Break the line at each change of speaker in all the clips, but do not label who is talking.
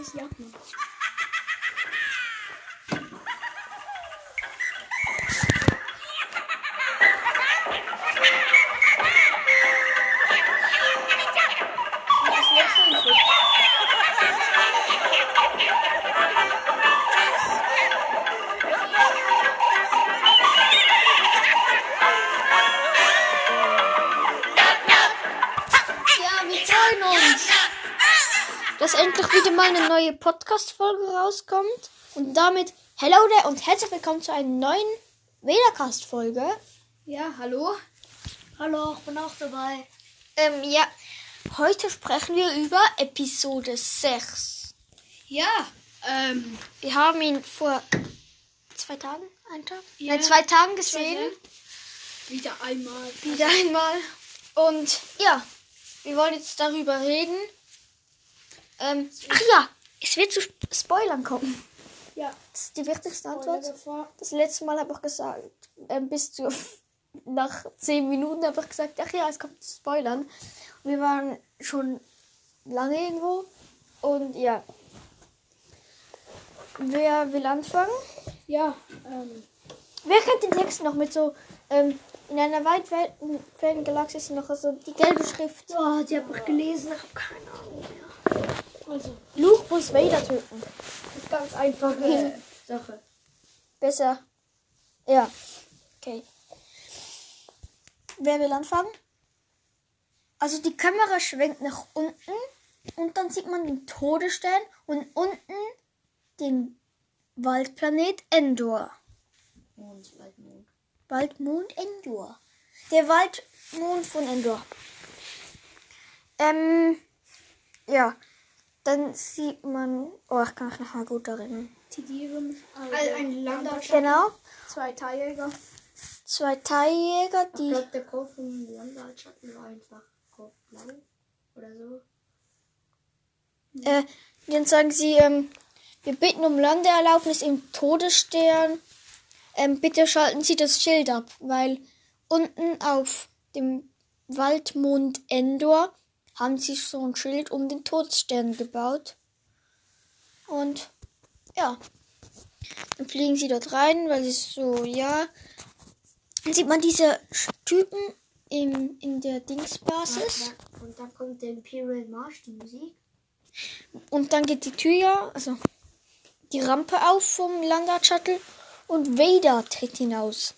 Ich jag noch.
Ja, wir freuen uns, dass endlich wieder mal eine neue Podcast-Folge rauskommt. Und damit hello there und herzlich willkommen zu einer neuen Wedercast-Folge.
Ja, hallo? Hallo, ich bin auch dabei.
Ähm, ja, heute sprechen wir über Episode 6.
Ja, ähm,
Wir haben ihn vor zwei Tagen, einen Tag?
Ja.
Nein, zwei Tagen gesehen.
wieder einmal.
Wieder einmal. Und ja, wir wollen jetzt darüber reden. Ähm, ach ja, es wird zu Sp- Spoilern kommen.
Ja,
Das ist die wichtigste
Antwort?
Antwort. Das letzte Mal habe ich gesagt, ähm, bis zu nach 10 Minuten habe ich gesagt, ach ja, es kommt zu Spoilern. Und wir waren schon lange irgendwo. Und ja. Wer will anfangen?
Ja, ähm,
Wer kennt den Text noch mit so, ähm, in einer weit fernen Galaxie ist noch so die gelbe Schrift.
oh, die habe ich gelesen, ich habe keine Ahnung mehr. Also,
Luke muss Vader töten.
das ist ganz einfache
äh,
Sache.
Besser. Ja. Okay. Wer will anfangen? Also die Kamera schwenkt nach unten und dann sieht man den Todesstern und unten den Waldplanet Endor.
Und Waldmond.
Waldmond Endor. Der Waldmond von Endor. Ähm, ja. Dann sieht man. Oh, ich kann mich nochmal gut erinnern.
Tigieren. Also,
Also ein Landerschaft.
Genau.
zwei Teiljäger.
Zwei Teiljäger,
Ich
die.
glaube, der Kopf vom Landerschatten war einfach kopflang oder so.
Äh, dann sagen sie, ähm, wir bitten um Landeerlaubnis im Todesstern. Ähm, bitte schalten Sie das Schild ab, weil unten auf dem Waldmond Endor haben sie so ein Schild um den Todesstern gebaut. Und ja, dann fliegen sie dort rein, weil sie so, ja. Dann sieht man diese Typen im, in der Dingsbasis.
Und dann kommt der Imperial Marsch, die Musik.
Und dann geht die Tür, ja, also die Rampe auf vom Landart Shuttle und Vader tritt hinaus.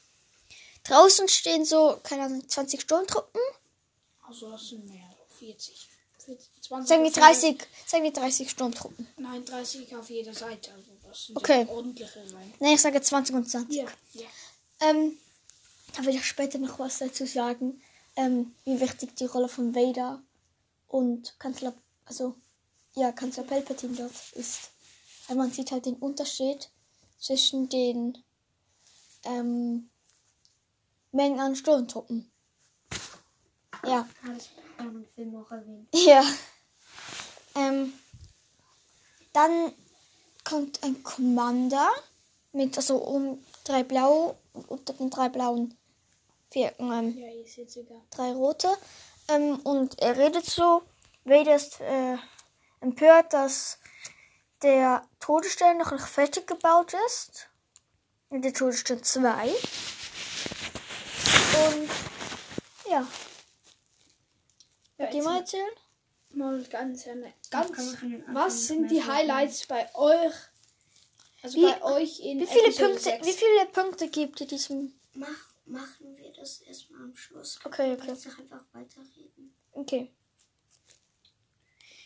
Draußen stehen so, keine Ahnung, 20 Sturmtruppen.
Also das sind mehr. 40. 40 20
Sagen wir
auf jeder-
30, sagen wir 30 Sturmtruppen.
Nein, 30 auf jeder Seite. Also das sind
Okay.
die ordentliche Reihen.
Nein, ich sage 20 und 20.
ja.
Ähm, da will ich später noch was dazu sagen, ähm, wie wichtig die Rolle von Vader und Kanzler, also, ja, Kanzler Palpatine dort ist. Weil man sieht halt den Unterschied zwischen den ähm, Mengen an Sturmtruppen. Ja.
Hat es in einem Film auch erwähnt.
Ja. Ähm, dann kommt ein Commander mit also um drei blau unter den drei blauen vier ähm,
Ja, ist jetzt egal.
drei rote ähm, und er redet so. Vader ist äh, empört, dass der Todesstern noch nicht fertig gebaut ist. Und Der Todesstern 2. Und ja,
Ja,
die
jetzt
mal erzählen.
mal ganz, gerne-
Kann man
ganz
von den Anfang
Was sind
nicht
die
mehr so
Highlights bei euch? Also
Wie-
bei euch in
Äh,
Wie viele,
Episode
Punkte,
sechs?
wie viele Punkte gibt ihr diesem?
Mach, machen wir das erstmal am Schluss.
Okay,
Kannst
okay.
doch einfach weiterreden.
Okay.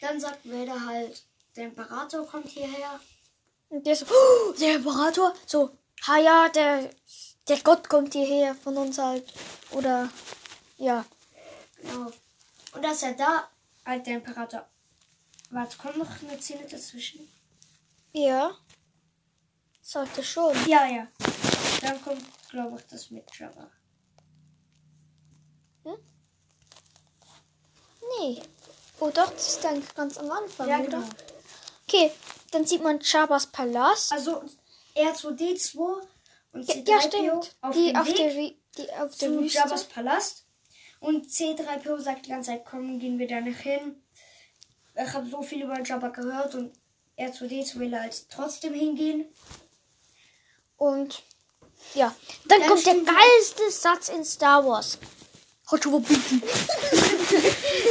Dann sagt Vader halt, der Imperator kommt hierher.
Und der so, oh, der Imperator, so, ha ja, der, der Gott kommt hierher von uns halt. Oder, ja.
Genau. Und dass er da, halt der Imperator. Warte, kommt noch eine Szene dazwischen?
Ja. Sollte schon.
Ja, ja. Dann kommt, glaube ich, das mit Jabba.
Nee. Oh doch, das ist dann ganz am Anfang, oder?
genau.
Okay, dann sieht man Chabas Palast.
Also R2D2 und
ja,
C3PO
ja, stimmt.
auf
die,
dem
auf
Weg
der, Wi- die auf der
zu Jabba's
Wüste.
Palast. Und C3PO sagt die ganze Zeit, komm, gehen wir da nicht hin. Ich habe so viel über Jabba gehört und R2D2 will halt trotzdem hingehen.
Und ja, dann,
Dann
kommt der
stimmt-
geilste Satz in Star Wars. Hotobo Bibi.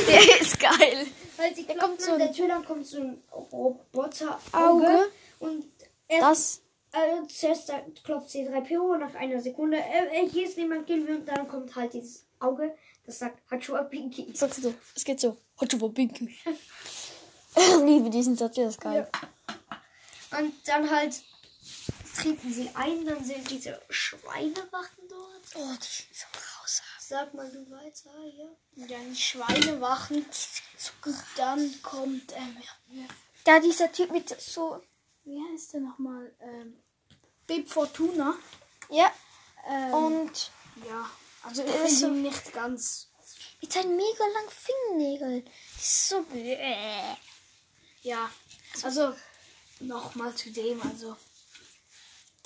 der ist geil.
Weil sie
Da
da
kommt
kommt
so ein-
der Tür, dann kommt so ein Roboterauge
Auge.
und er
Das
Also zuerst da klopft C3PO nach einer Sekunde, äh, äh, hier ist niemand, gehen wir und dann kommt halt dieses Auge, das sagt Hachua Pinky.
sagst du so. Es geht so. Hotobo Bibi. Ich liebe diesen Satz, der ist geil.
Und dann halt treten sie ein, dann sind diese Schweinewachen dort.
Oh, die sind so grausam.
Sag mal du weiter, ja.
Und dann die Schweine wachen. Und dann kommt, ähm, ja,
Da dieser Typ mit so.
wie heißt der nochmal? Ähm, Bib Fortuna.
Ja,
Ähm,
und
ja, also ich
der
finde
ist so-
ihn nicht ganz.
mit seinen mega langen Fingernägeln. Die ist so. bläh.
Ja, also nochmal zu dem, also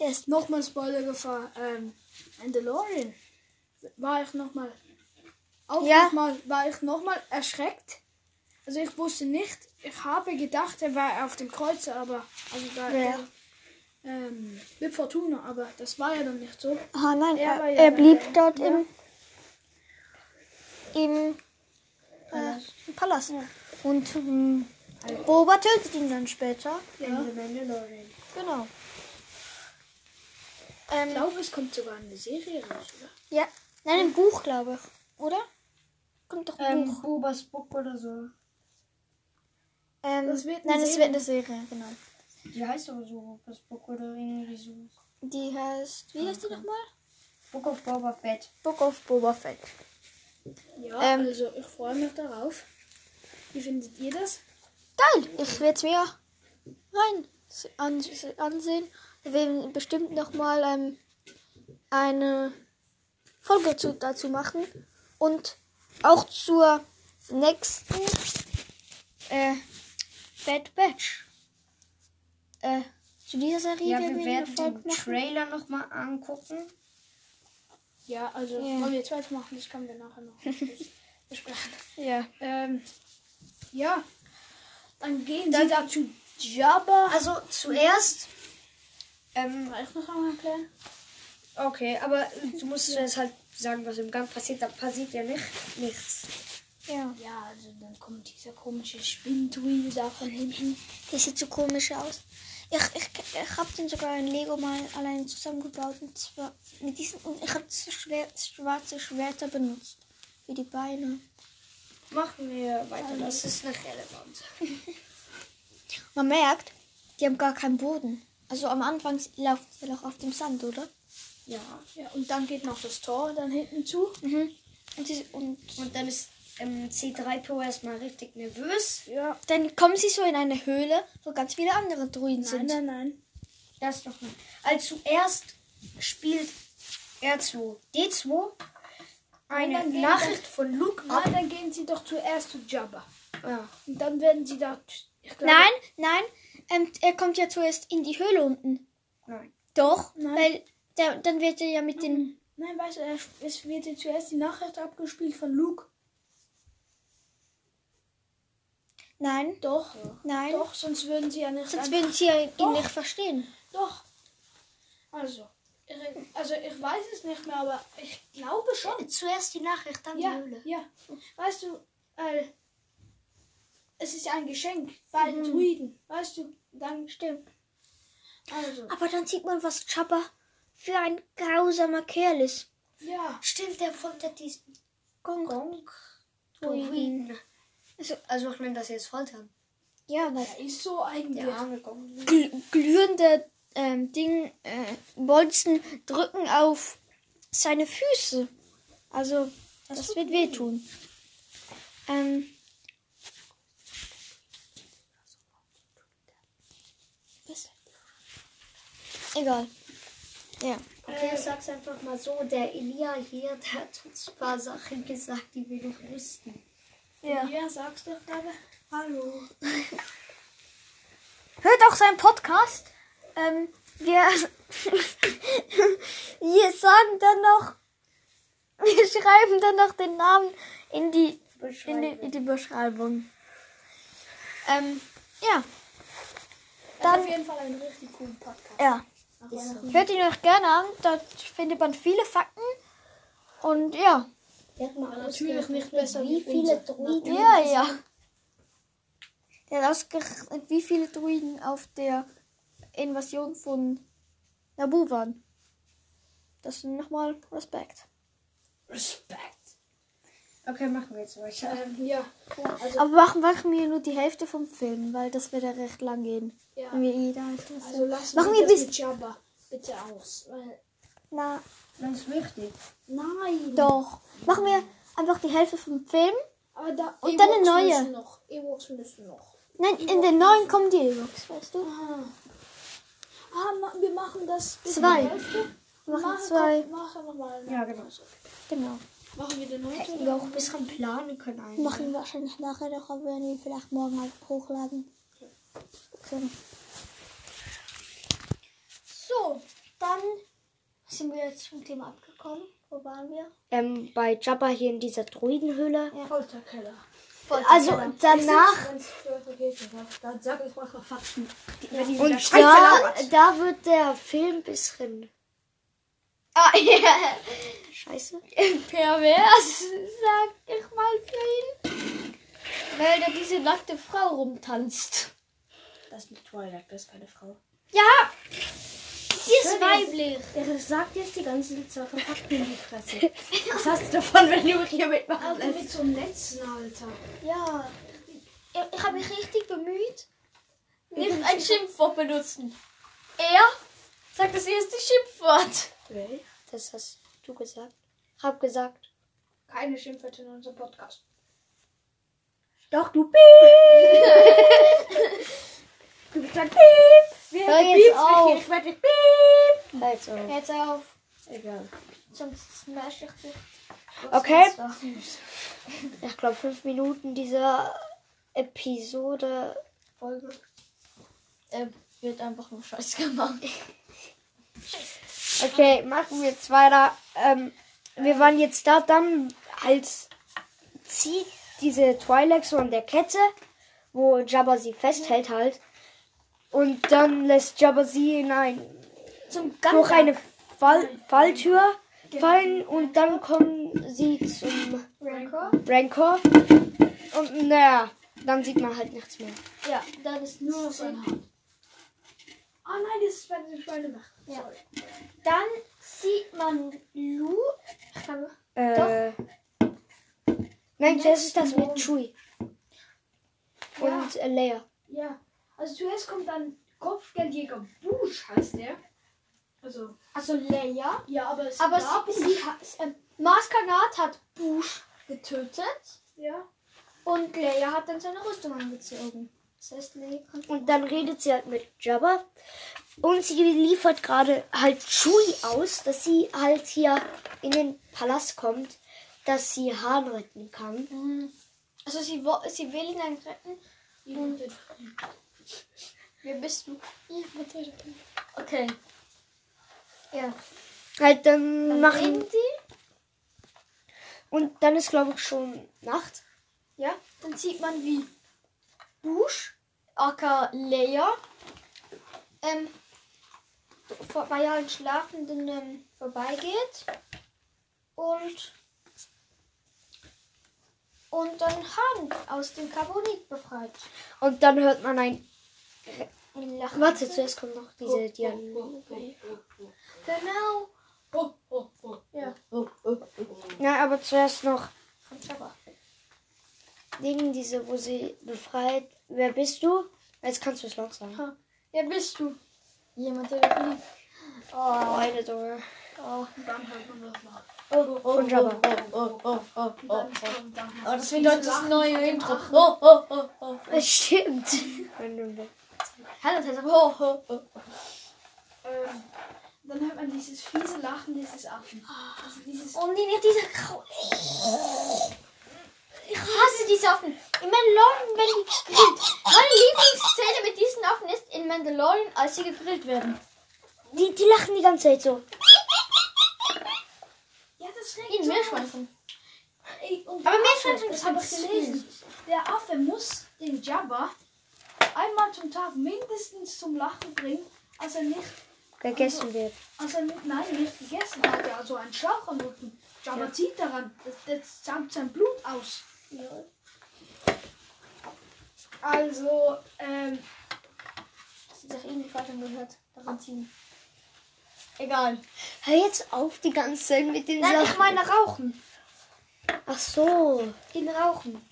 Der ist.
nochmal Spoilergefahr. Ähm, Mandalorian war ich nochmal. Auch
Ja.
nochmal war ich nochmal erschreckt. Also ich wusste nicht, ich habe gedacht, er war auf dem Kreuzer, aber also da
Wer?
ähm, mit Fortuna, aber das war ja dann nicht so.
Ah nein,
Er
er,
war ja
er
dabei.
blieb dort
Ja.
im. im. Äh, im Palast. Und mh, Boba tötet ihn dann später.
In The Mandalorian.
Genau.
Ich
Ähm,
glaube, es kommt sogar eine Serie raus, oder?
ja. Nein, im Buch, glaube ich. Oder? Kommt doch ein
Ähm,
Buch.
Bobas Book oder so.
Ähm,
das wird eine
nein, es
Serie.
wird eine Serie, genau.
Die heißt aber so Bobas Book oder irgendwie so.
Die heißt.
Ah,
Wie heißt die nochmal?
Book of Boba Fett.
Book of Boba Fett.
Ja,
Ähm.
also ich freue mich darauf. Wie findet ihr das?
Geil! Ich werde es mir rein an, ansehen. Wir werden bestimmt nochmal ähm, eine Folge zu, dazu machen. Und auch zur nächsten äh, Bad Batch. Äh, zu dieser Serie
Ja,
werden
wir
wir eine
werden
Folge
den
machen.
Trailer nochmal angucken.
Ja, also
Ja.
wollen wir jetzt weitermachen, das können wir nachher noch besprechen.
Ja.
Ähm, ja. Dann gehen sie da zu Jabba.
Also zuerst. Ähm,
Kann ich noch einmal erklären?
Okay, aber du musst jetzt halt sagen, was im Gang passiert. Da passiert ja nicht, nichts.
ja.
Ja, also dann kommt dieser komische Spinndruide da von hinten.
Der sieht so komisch aus. Ich, ich, ich habe den sogar in Lego mal allein zusammengebaut. Und zwar mit diesen. Und ich habe schwer, schwarze Schwerter benutzt. Für die Beine.
Machen wir weiter, das ist nicht relevant.
Man merkt, die haben gar keinen Boden. Also am Anfang laufen sie noch auf dem Sand, oder?
Ja.
Ja, und dann geht noch das Tor dann hinten zu.
Mhm. Und, sie, und
Und dann ist ähm, C3PO erstmal richtig nervös.
Ja.
dann kommen sie so in eine Höhle, wo ganz viele andere Druiden
Nein,
sind.
nein, nein.
Das noch mal. Also zuerst spielt R2 D2 eine
Nein, dann
Nachricht von Luke
Nein,
ab.
dann gehen sie doch zuerst zu Jabba.
Ja.
Und dann werden sie da. Ich glaube,
nein, nein. Ähm, er kommt ja zuerst in die Höhle unten.
Nein.
Doch,
Nein.
weil der, dann wird er ja mit den
Nein, weißt du, er- es wird ja zuerst die Nachricht abgespielt von Luke.
Nein,
Doch.
nein.
Doch, sonst würden sie ja nicht.
Sonst
einfach-
würden sie ja ihn
Doch.
nicht verstehen.
Doch. Also. ich- Also ich weiß es nicht mehr, aber ich glaube schon.
Zuerst die Nachricht, dann
Ja, ja. Weißt du, äh, es ist ein Geschenk bei
Mhm.
den Druiden. Weißt du, dann stimmt. Also,
Aber dann sieht man, was Chopper für ein grausamer Kerl ist.
ja.
Stimmt, der foltert diesen Gong.
Druiden.
Also, also ich nenne das jetzt Foltern.
Ja, weil
Er ist so eigentlich.
Der arme Gong.
gl glühende ähm, Ding, äh, Bolzen drücken auf seine Füße. Also, das, wird wehtun. Ähm. Was? Egal. Ja.
Okay, ich sag's einfach mal so, der Elia hier, der hat uns ein paar Sachen gesagt, die wir noch wussten.
Ja. sagst du gerade? Hallo.
Hört auch seinen Podcast. Ähm, wir, wir sagen dann noch, wir schreiben dann noch den Namen in die, in die, in die Beschreibung. Ähm, ja. an.
auf jeden Fall einen richtig coolen Podcast.
Ja.
Nach Weihnachten.
Hört ihn euch gerne an, dort findet man viele Fakten. Und ja,
Der hat mal
Natürlich
ausgerechnet,
nicht besser
Wie
wie
viele
unser.
Druiden?
ja, ja. Der hat ausgerechnet, wie viele Druiden auf der Invasion von Nabu waren. Das nochmal Respekt.
Respekt.
Okay, machen wir jetzt weiter.
Ähm, ja. Also,
Aber machen, machen wir nur die Hälfte vom Film, weil das wird ja recht lang gehen.
ja.
Wenn wir jeder Hälfte
Also lassen
Machen
wir
wir
das
bis-
mit Jabba bitte aus. Weil,
Na,
Das ist wichtig.
nein.
doch. Machen wir einfach die Hälfte vom Film.
Aber da,
Und dann eine
Ewoks
neue.
Müssen noch. Ewoks müssen noch.
Nein, in den neuen kommen die Ewoks, weißt du?
Ah, ah ma- wir machen das. bis
Zwei.
zur Hälfte.
Wir machen
Machen-
zwei.
Machen wir mal.
Ja, genau so.
Genau.
Machen wir den heute?
Hätten wir auch ein bisschen planen können eigentlich.
Machen wir wahrscheinlich nachher noch, aber werden wir vielleicht morgen halt hochladen. Genau. Okay. So, dann sind wir jetzt vom Thema abgekommen. Wo waren wir?
Ähm, bei Jabba hier in dieser Druidenhöhle.
Folterkeller.
Also danach,
Dann sag ich mal Fakten.
und da, da wird der Film ein bisschen
Ah, ja.
scheiße.
Pervers, sag ich mal für ihn. Weil da diese nackte Frau rumtanzt.
Das ist mit Twilight, das ist keine Frau.
Ja, sie ist weiblich.
Er sagt jetzt die ganzen Sachen Fakten in die Fresse. Was hast du davon, wenn du hier mitmachst?
Alter, mit so einem letzten Alter.
Ja, ich, ich habe mich richtig bemüht, nicht ein Schimpfwort benutzen. Er sagt das erste Schimpfwort.
Das hast du gesagt. Hab gesagt.
Keine Schimpfwörter in unserem Podcast.
Doch, du Piep! du bist ein Piep! Wir
Hör jetzt
piepst
auf.
nicht, Ich werde Piep! Also,
Jetzt auf,
egal.
sonst smash ich dich.
Okay. Ich glaube, fünf Minuten dieser Episode.
Folge.
Ähm, wird einfach nur Scheiß gemacht.
Okay, machen wir jetzt weiter. Ähm, wir waren jetzt da dann, als zieht diese Twilight so an der Kette, wo Jabba sie festhält halt. Und dann lässt Jabba sie in ein,
Zum
durch eine Fall, Falltür fallen und dann kommen sie zum
Rancor?
Rancor. Und naja, dann sieht man halt nichts mehr.
Ja, dann ist
Nur
nur
noch ein Haar. Ah nein, das ist bei den Schweinemacht.
Ja.
Sorry.
Dann sieht man Lu. Ich kann-
Äh, nein, zuerst ist das mit Chewie. Und äh, Leia.
Ja. Also zuerst kommt dann Kopfgeldjäger Busch, heißt der. Also,
Also Leia.
ja, aber es
Aber
gab
sie, sie, hat- ähm, Mars Kanat hat Bush getötet
ja.
und Leia hat dann seine Rüstung angezogen. Das heißt, Leia kann
Und dann redet sie halt mit Jabba. Und sie liefert gerade halt Chewie aus, dass sie halt hier in den Palast kommt, dass sie Han retten kann.
Mhm. Also sie, wo- sie will ihn dann retten. Wer bist du? Okay. Ja.
Halt dann
Dann
machen.
reden sie.
Und dann ist glaube ich schon Nacht.
Ja. Dann sieht man wie Bush, aka Leia, ähm, vor- bei allen Schlafenden ähm, vorbeigeht. Und und dann Han aus dem Carbonit befreit.
Und dann hört man ein.
Und lachen
Warte,
sie.
zuerst kommt noch diese Dialoge.
Oh, oh, oh,
Genau.
oh, oh, oh,
Ja.
oh, oh, oh.
Nein, aber zuerst noch
Von Jabba.
Ding, diese, wo sie befreit. Wer bist du? Jetzt kannst du es langsam.
Wer bist du? Jemand, der mich liebt.
Oh,
Oh,
eine Dumme.
oh.
Und dann hört man das mal.
Oh,
Von Jabba.
oh, oh, oh,
Und dann kommt dann noch
Oh, das wird heute das
Lachen
neue
von dem
Intro.
Affen.
Oh, oh, oh, oh.
Es stimmt. Wenn du willst.
Hallo, Tessa. Oh, oh, oh.
Ähm, dann hört man dieses fiese Lachen dieses Affen. Also dieses
Oh nee, nicht dieser Krau. Ich hasse diese Affen. In Mandalorian werden die gegrillt. Meine Lieblingsszene mit diesen Affen ist in Mandalorian, als sie gegrillt werden.
Die, die lachen die ganze Zeit so.
Ja, das
Wie
regt
ein
so
Meerschweinchen.
Ey, und
Aber
der oh, Affe,
Meerschweinchen, das
das habe
hab
ich
ich
gelesen. Der Affe muss den Jabba einmal zum Tag mindestens zum Lachen bringen, als er nicht,
Gegessen wird.
als er nicht, nein, nicht gegessen hat. Er hat so einen Schlauch am Rücken. Jabba
Ja.
zieht daran. Das, das saugt sein Blut aus. Also, ähm,
Das ist doch irgendwie gerade gehört. Daran ziehen. Egal.
Hör jetzt auf die ganze Zeit mit den
nein, ich
Sachen.
meine rauchen.
Ach so.
Gehen rauchen.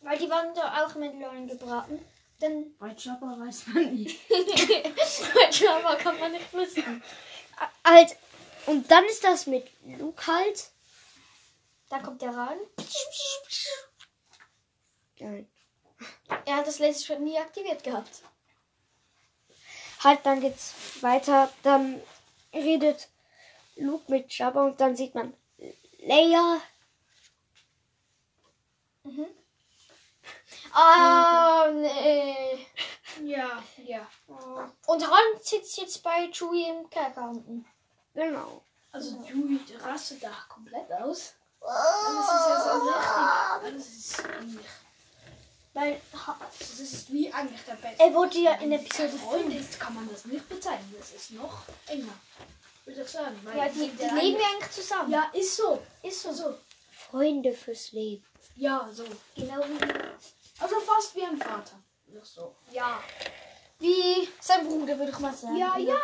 Weil die waren doch auch mit Löffeln gebraten. Dann
Bei Jabba weiß man nicht.
aber kann man nicht wissen.
Halt. Und dann ist das mit Luke halt.
Da kommt der ran.
Nein.
Er hat das letzte Schritt nie aktiviert gehabt.
Halt, dann geht's weiter. Dann redet Luke mit Jabba und dann sieht man Leia.
Mhm. Ah, nee.
Ja, ja.
Und Ron sitzt jetzt bei Chewie im Kerker unten.
Genau.
Also Dewey rastet da komplett aus. Oh. Und das ist ja so richtig. Das ist eigentlich.
Weil ha,
Das ist wie eigentlich der Beste.
er wurde ja in Episode
Freund
5.
ist, kann man das nicht bezeichnen. Das ist noch enger. Würde ich sagen. Weil
Ja, die, die
der
leben ja eigentlich zusammen.
Ja, ist so. Ist so. so.
Freunde fürs Leben.
Ja, so.
Genau wie,
Also fast wie ein Vater. Ja, so. Ja.
wie sein Bruder, würde ich mal sagen.
Ja, ja.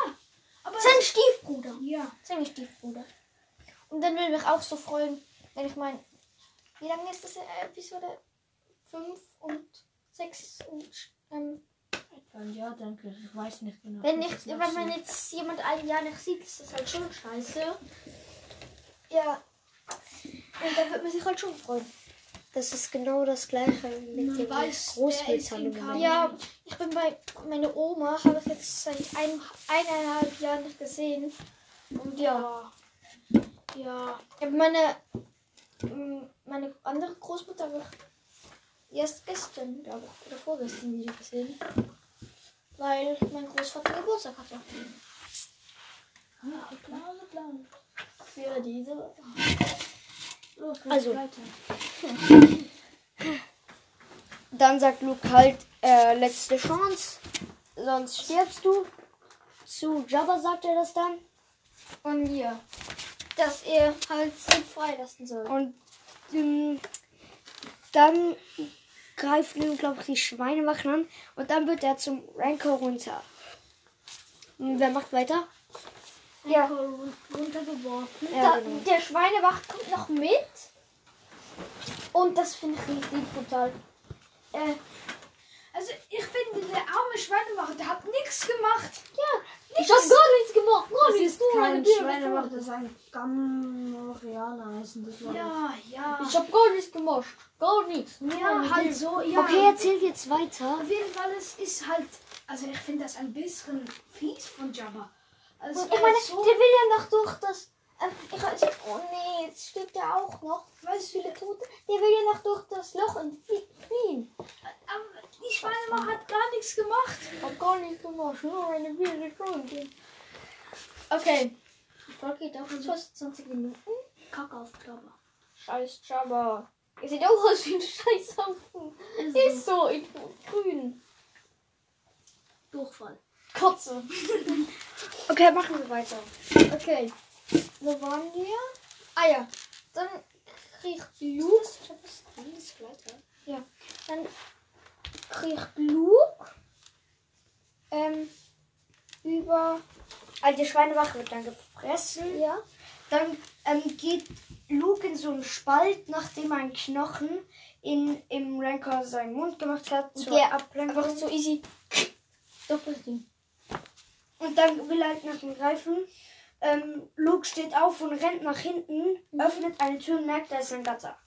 Aber
Sein Stiefbruder.
ja.
Sein Stiefbruder. Und dann würde mich auch so freuen, wenn ich mein. Wie lange ist das in Episode 5 und 6 und. Ähm,
Ja, danke. Ich weiß nicht genau.
Wenn,
Ich
nicht, wenn
muss
man
nachsehen.
jetzt jemand ein Jahr nicht sieht, ist das halt schon scheiße. Ja. Und da wird man sich halt schon freuen.
Das ist genau das gleiche mit
Man
dem
weiß, wer ist
Großeltern
im
im Moment.
Kampf.
Ja, ich bin bei meiner Oma, habe ich jetzt seit einem, eineinhalb Jahren nicht gesehen. Und ja,
Ja.
aber meine, m, Mm, meine andere Großmutter habe ich erst gestern, glaube ich, oder vorgestern wieder gesehen. Weil mein Großvater Geburtstag hatte.
Ah,
Genau
Ja, Applaus, Applaus.
Für diese.
Los, los,
Also.
weiter.
Dann sagt Luke halt, äh, letzte Chance, sonst stirbst du. Zu Jabba sagt er das dann.
Von mir. Dass er halt sie freilassen soll.
Und ähm, dann greifen ihm, glaube ich, die Schweinewachen an. Und dann wird er zum Rancor runter. Und wer macht weiter?
Ja.
Run- Runtergeworfen.
Ja,
da,
genau.
Der Schweinewacht kommt noch mit. Und das finde ich richtig brutal. Äh,
Also ich finde, der arme Schweinewache, der hat nichts gemacht.
ich habe gar nichts gemacht. Gar
Das
nichts.
ist
Nur eine
kein
Bier
Schweinewacht,
getrunken.
das ist ein Gamorianer. heißen das Wort.
Ja, ja.
Ich habe gar nichts gemacht. Gar nichts. Nur
ja,
eine
halt
Bier.
so. Ja.
Okay, erzähl jetzt weiter.
Auf jeden Fall, es ist halt, also ich finde das ein bisschen fies von Jabba. Also
Und ich
er
meine,
so,
der will ja noch durch das. Ähm, ich hab- oh nee, jetzt stirbt er auch noch. Weißt du, wie viele Tote? Der will ja noch durch das Loch und flie- fliehen.
aber die Schweinemacher hat gar nichts gemacht.
Ich hab gar nichts gemacht. Nur eine Bier getrunken. Okay. Mhm. Die Folge geht auch fast 20 Minuten.
Kack auf Jabba.
Scheiß Jabba. Ihr seht auch aus wie ein Scheißhaufen. Ist so in grün.
Durchfall.
Kotze.
Okay, machen wir weiter.
Okay. Wo waren wir? Ah ja. Dann kriegt Luke. Ja. Dann kriegt Luke. Ähm. Über.
Also die Schweinewache wird dann gefressen.
Ja.
Dann ähm, geht Luke in so einen Spalt, nachdem ein Knochen in, im Rancor seinen Mund gemacht hat. Zur
der
Ablenkung.
Einfach so easy. Doppelding.
Und dann will er halt nach ihm greifen. Ähm, Luke steht auf und rennt nach hinten,
Mhm.
öffnet eine Tür und merkt, da ist ein Gatter.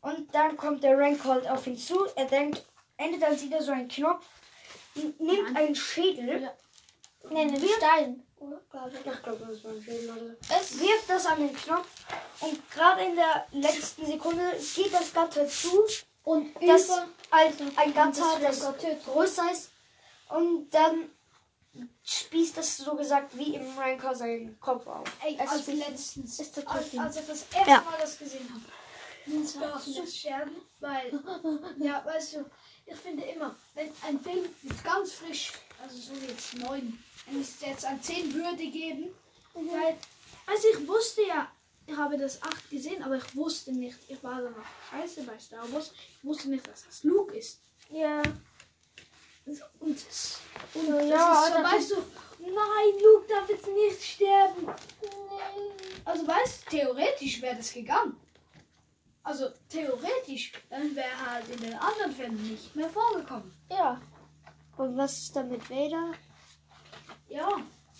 Und dann kommt der Rancold auf ihn zu. Er denkt, endet dann sieht er so einen Knopf, n- nimmt einen Schädel.
Nein, ein Stein.
Ich glaube, das war ein Schädel oder so.
Es
wirft das an den Knopf und gerade in der letzten Sekunde geht das Gatter zu.
und
Das
über.
als ein Gatter,
Das
das
Gatter.
größer ist. Und dann spießt das so gesagt wie im Rancor seinen Kopf auf.
Ey,
Es
also
ist-
letztens,
ist total
als,
fies.
als ich das erste
Ja.
Mal das gesehen habe, das war so sterben, weil, ja, weißt du, Ich finde immer, wenn ein Film jetzt ganz frisch, also so wie jetzt neun, wenn ich es jetzt an zehn würde geben, weil, also ich wusste ja, ich habe das acht gesehen, aber ich wusste nicht, ich war dann noch scheiße bei Star Wars, ich wusste nicht, dass das Luke ist.
Ja.
Und das, und das
ja,
ist so,
da-
weißt du, nein, Luke darf jetzt nicht sterben. Also weißt du, theoretisch wäre das gegangen. Also theoretisch, dann wäre er halt in den anderen Fällen nicht mehr vorgekommen.
Ja.
Und was ist dann mit Vader?
Ja,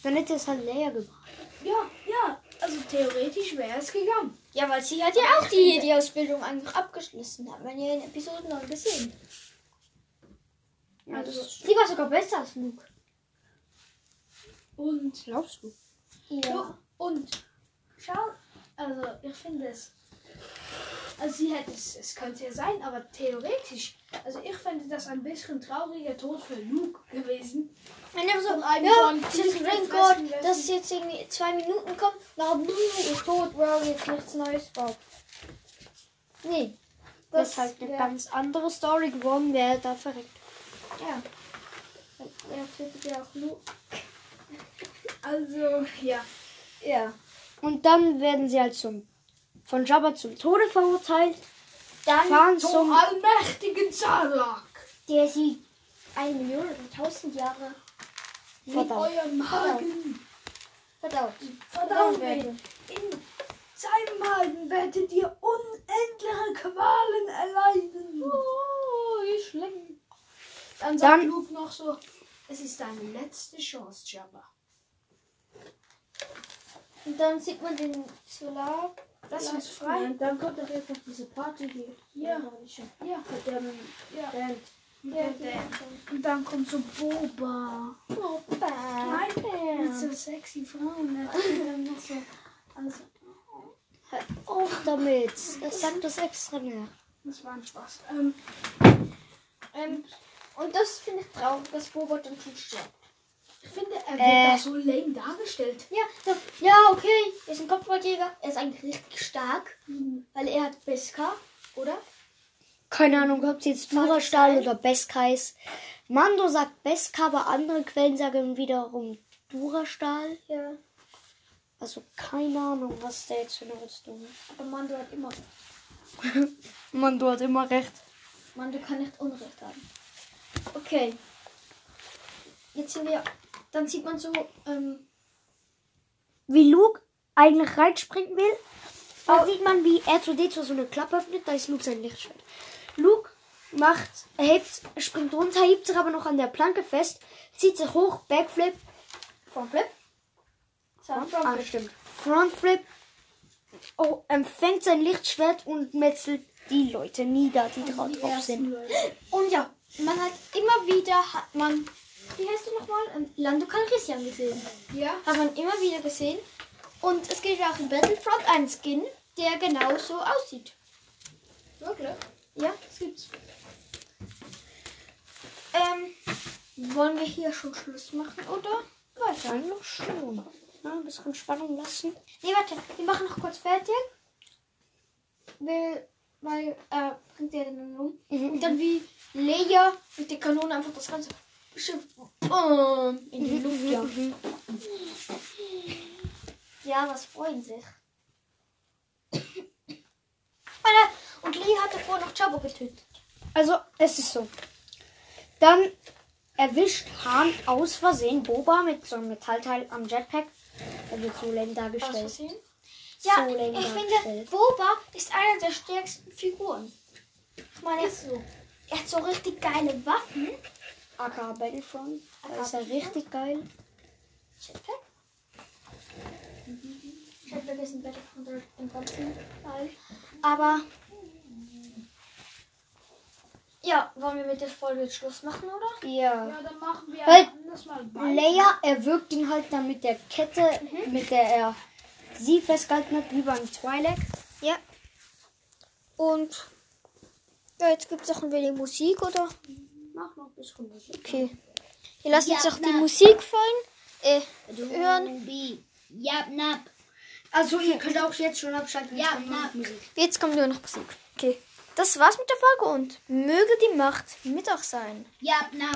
Dann hätte es halt Leia gemacht.
ja, ja. Also theoretisch wäre es gegangen.
Ja, weil sie hat ja auch die, die Ausbildung an- abgeschlossen. Hat man ja in Episode 9 gesehen. Also,
Ja, das Also, die war sogar besser als Luke.
Und
Glaubst du?
Ja. Und schau, also ich finde es. Also sie hätte es, es könnte ja sein, aber theoretisch, also ich fände das ein bisschen trauriger Tod für Luke gewesen.
Wenn er so,
Von einem
ja,
von
das ist
Krieg
ein
gefressen
Gott, dass es jetzt irgendwie zwei Minuten kommt, na, bluh, ist tot, wow, jetzt nichts Neues drauf. Nee.
Das ist halt eine
wär-
ganz andere Story geworden, wäre da verreckt.
Ja. Er tötet ja auch Luke.
Also, ja.
Ja.
Und dann werden sie halt zum von Jabba zum Tode verurteilt.
Dann,
Fahren
Zum
zum
allmächtigen Zarlak.
der sie eine Million oder tausend Jahre
Verdammt.
Euer Magen.
verdaut.
Verdammt. In seinem Magen werdet ihr unendliche Qualen erleiden.
Oh, wie schlimm.
Dann sagt
Dann-
Luke noch so, es ist deine letzte Chance, Jabba.
Und dann sieht man den Solar.
Lass uns frei.
Nein, dann kommt doch jetzt noch diese Party, die
Ja.
die war nicht schon.
Ja,
Mit der
ja.
Band.
Ja,
Und dann kommt so Boba.
Opa.
Nein, mit so sexy Frauen. ne? Und dann noch so, also,
Auf damit. Ich sag das extra mehr.
das war ein Spaß. Ähm,
Ähm, und das finde ich traurig, dass Boba dann schon stirbt.
ich finde, er wird
Äh.
da so lame dargestellt.
Ja, so, ja, okay. Er ist ein Kopfballjäger. Er ist eigentlich richtig stark, weil er hat Beskar, oder?
Keine Ahnung, ob sie jetzt Durastahl oder Beska ist. Mando sagt Beska, aber andere Quellen sagen wiederum Durastahl.
Ja.
Also keine Ahnung, was der jetzt für eine Rüstung hat.
Aber Mando hat immer recht.
Mando hat immer recht.
Mando kann nicht Unrecht haben. Okay. Jetzt sind wir. Dann sieht man so, ähm,
Wie Luke eigentlich reinspringen will, dann sieht man, wie R2D2 so eine Klappe öffnet, da ist Luke sein Lichtschwert. Luke macht, er hebt, springt runter, hebt sich aber noch an der Planke fest, zieht sich hoch, Backflip,
Frontflip. Sarah
Ah,
Frontflip.
stimmt. Frontflip oh, empfängt sein Lichtschwert und metzelt die Leute nieder, die gerade drauf sind.
Und ja, man hat immer wieder, hat man, wie heißt du nochmal? Ähm, Lando Calrissian gesehen.
Ja.
Hat man immer wieder gesehen. Und es gibt auch in Battlefront einen Skin, der genau so aussieht.
Wirklich?
Ja, das gibt's. Ähm, wollen wir hier schon Schluss machen, oder? Weiter.
Dann noch schon. Na, ein bisschen Spannung lassen.
Nee, warte, wir machen noch kurz fertig. Will, weil, äh, bringt der den um.
Mhm.
Und dann wie Leia mit der Kanone einfach das ganze Schiff boom, Um, in die Luft jagt. Ja, was freuen sich. Alter, und Leia hatte vorher noch Jabba getötet.
Also, es ist so. Dann erwischt Hahn aus Versehen Boba mit so einem Metallteil am Jetpack. Er wird so lame
Aus
dargestellt.
Versehen. Ja,
So lame
ich finde,
dargestellt.
Boba ist einer der stärksten Figuren. Ich meine, er hat so richtig geile Waffen.
AK Battlefront. Da ist er richtig geil.
Jetpack? Jetpack ist ein Battlefront im ganzen Teil. Aber. Ja, wollen wir mit der Folge jetzt Schluss machen, oder?
Ja.
Ja, dann machen wir
Weil-
das mal weiter.
Leia erwürgt ihn halt dann mit der Kette,
Mhm.
mit der er sie festgehalten hat, wie beim Twi'lek.
Ja. Und. Ja, jetzt gibt es auch ein wenig Musik, oder?
Mach noch ein bisschen Musik.
Okay. Wir lassen jetzt auch die Musik fallen. Äh, hören. Hm.
Also ihr könnt auch jetzt schon abschalten. Ja,
Jetzt kommt nur noch Musik. Okay. Das war's mit der Folge und möge die Macht mit euch sein.
Ja, na.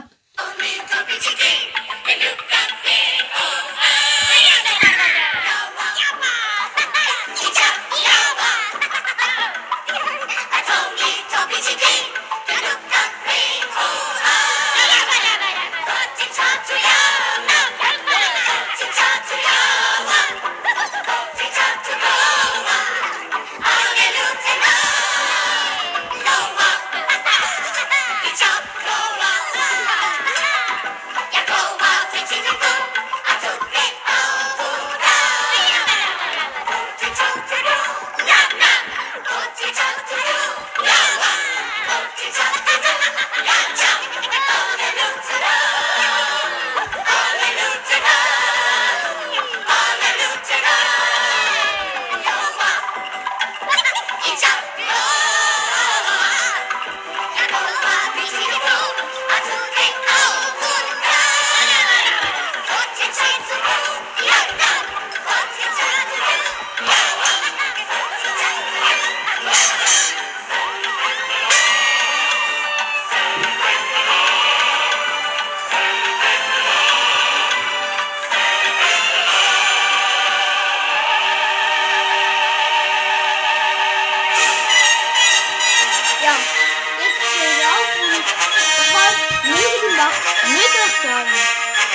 Yeah.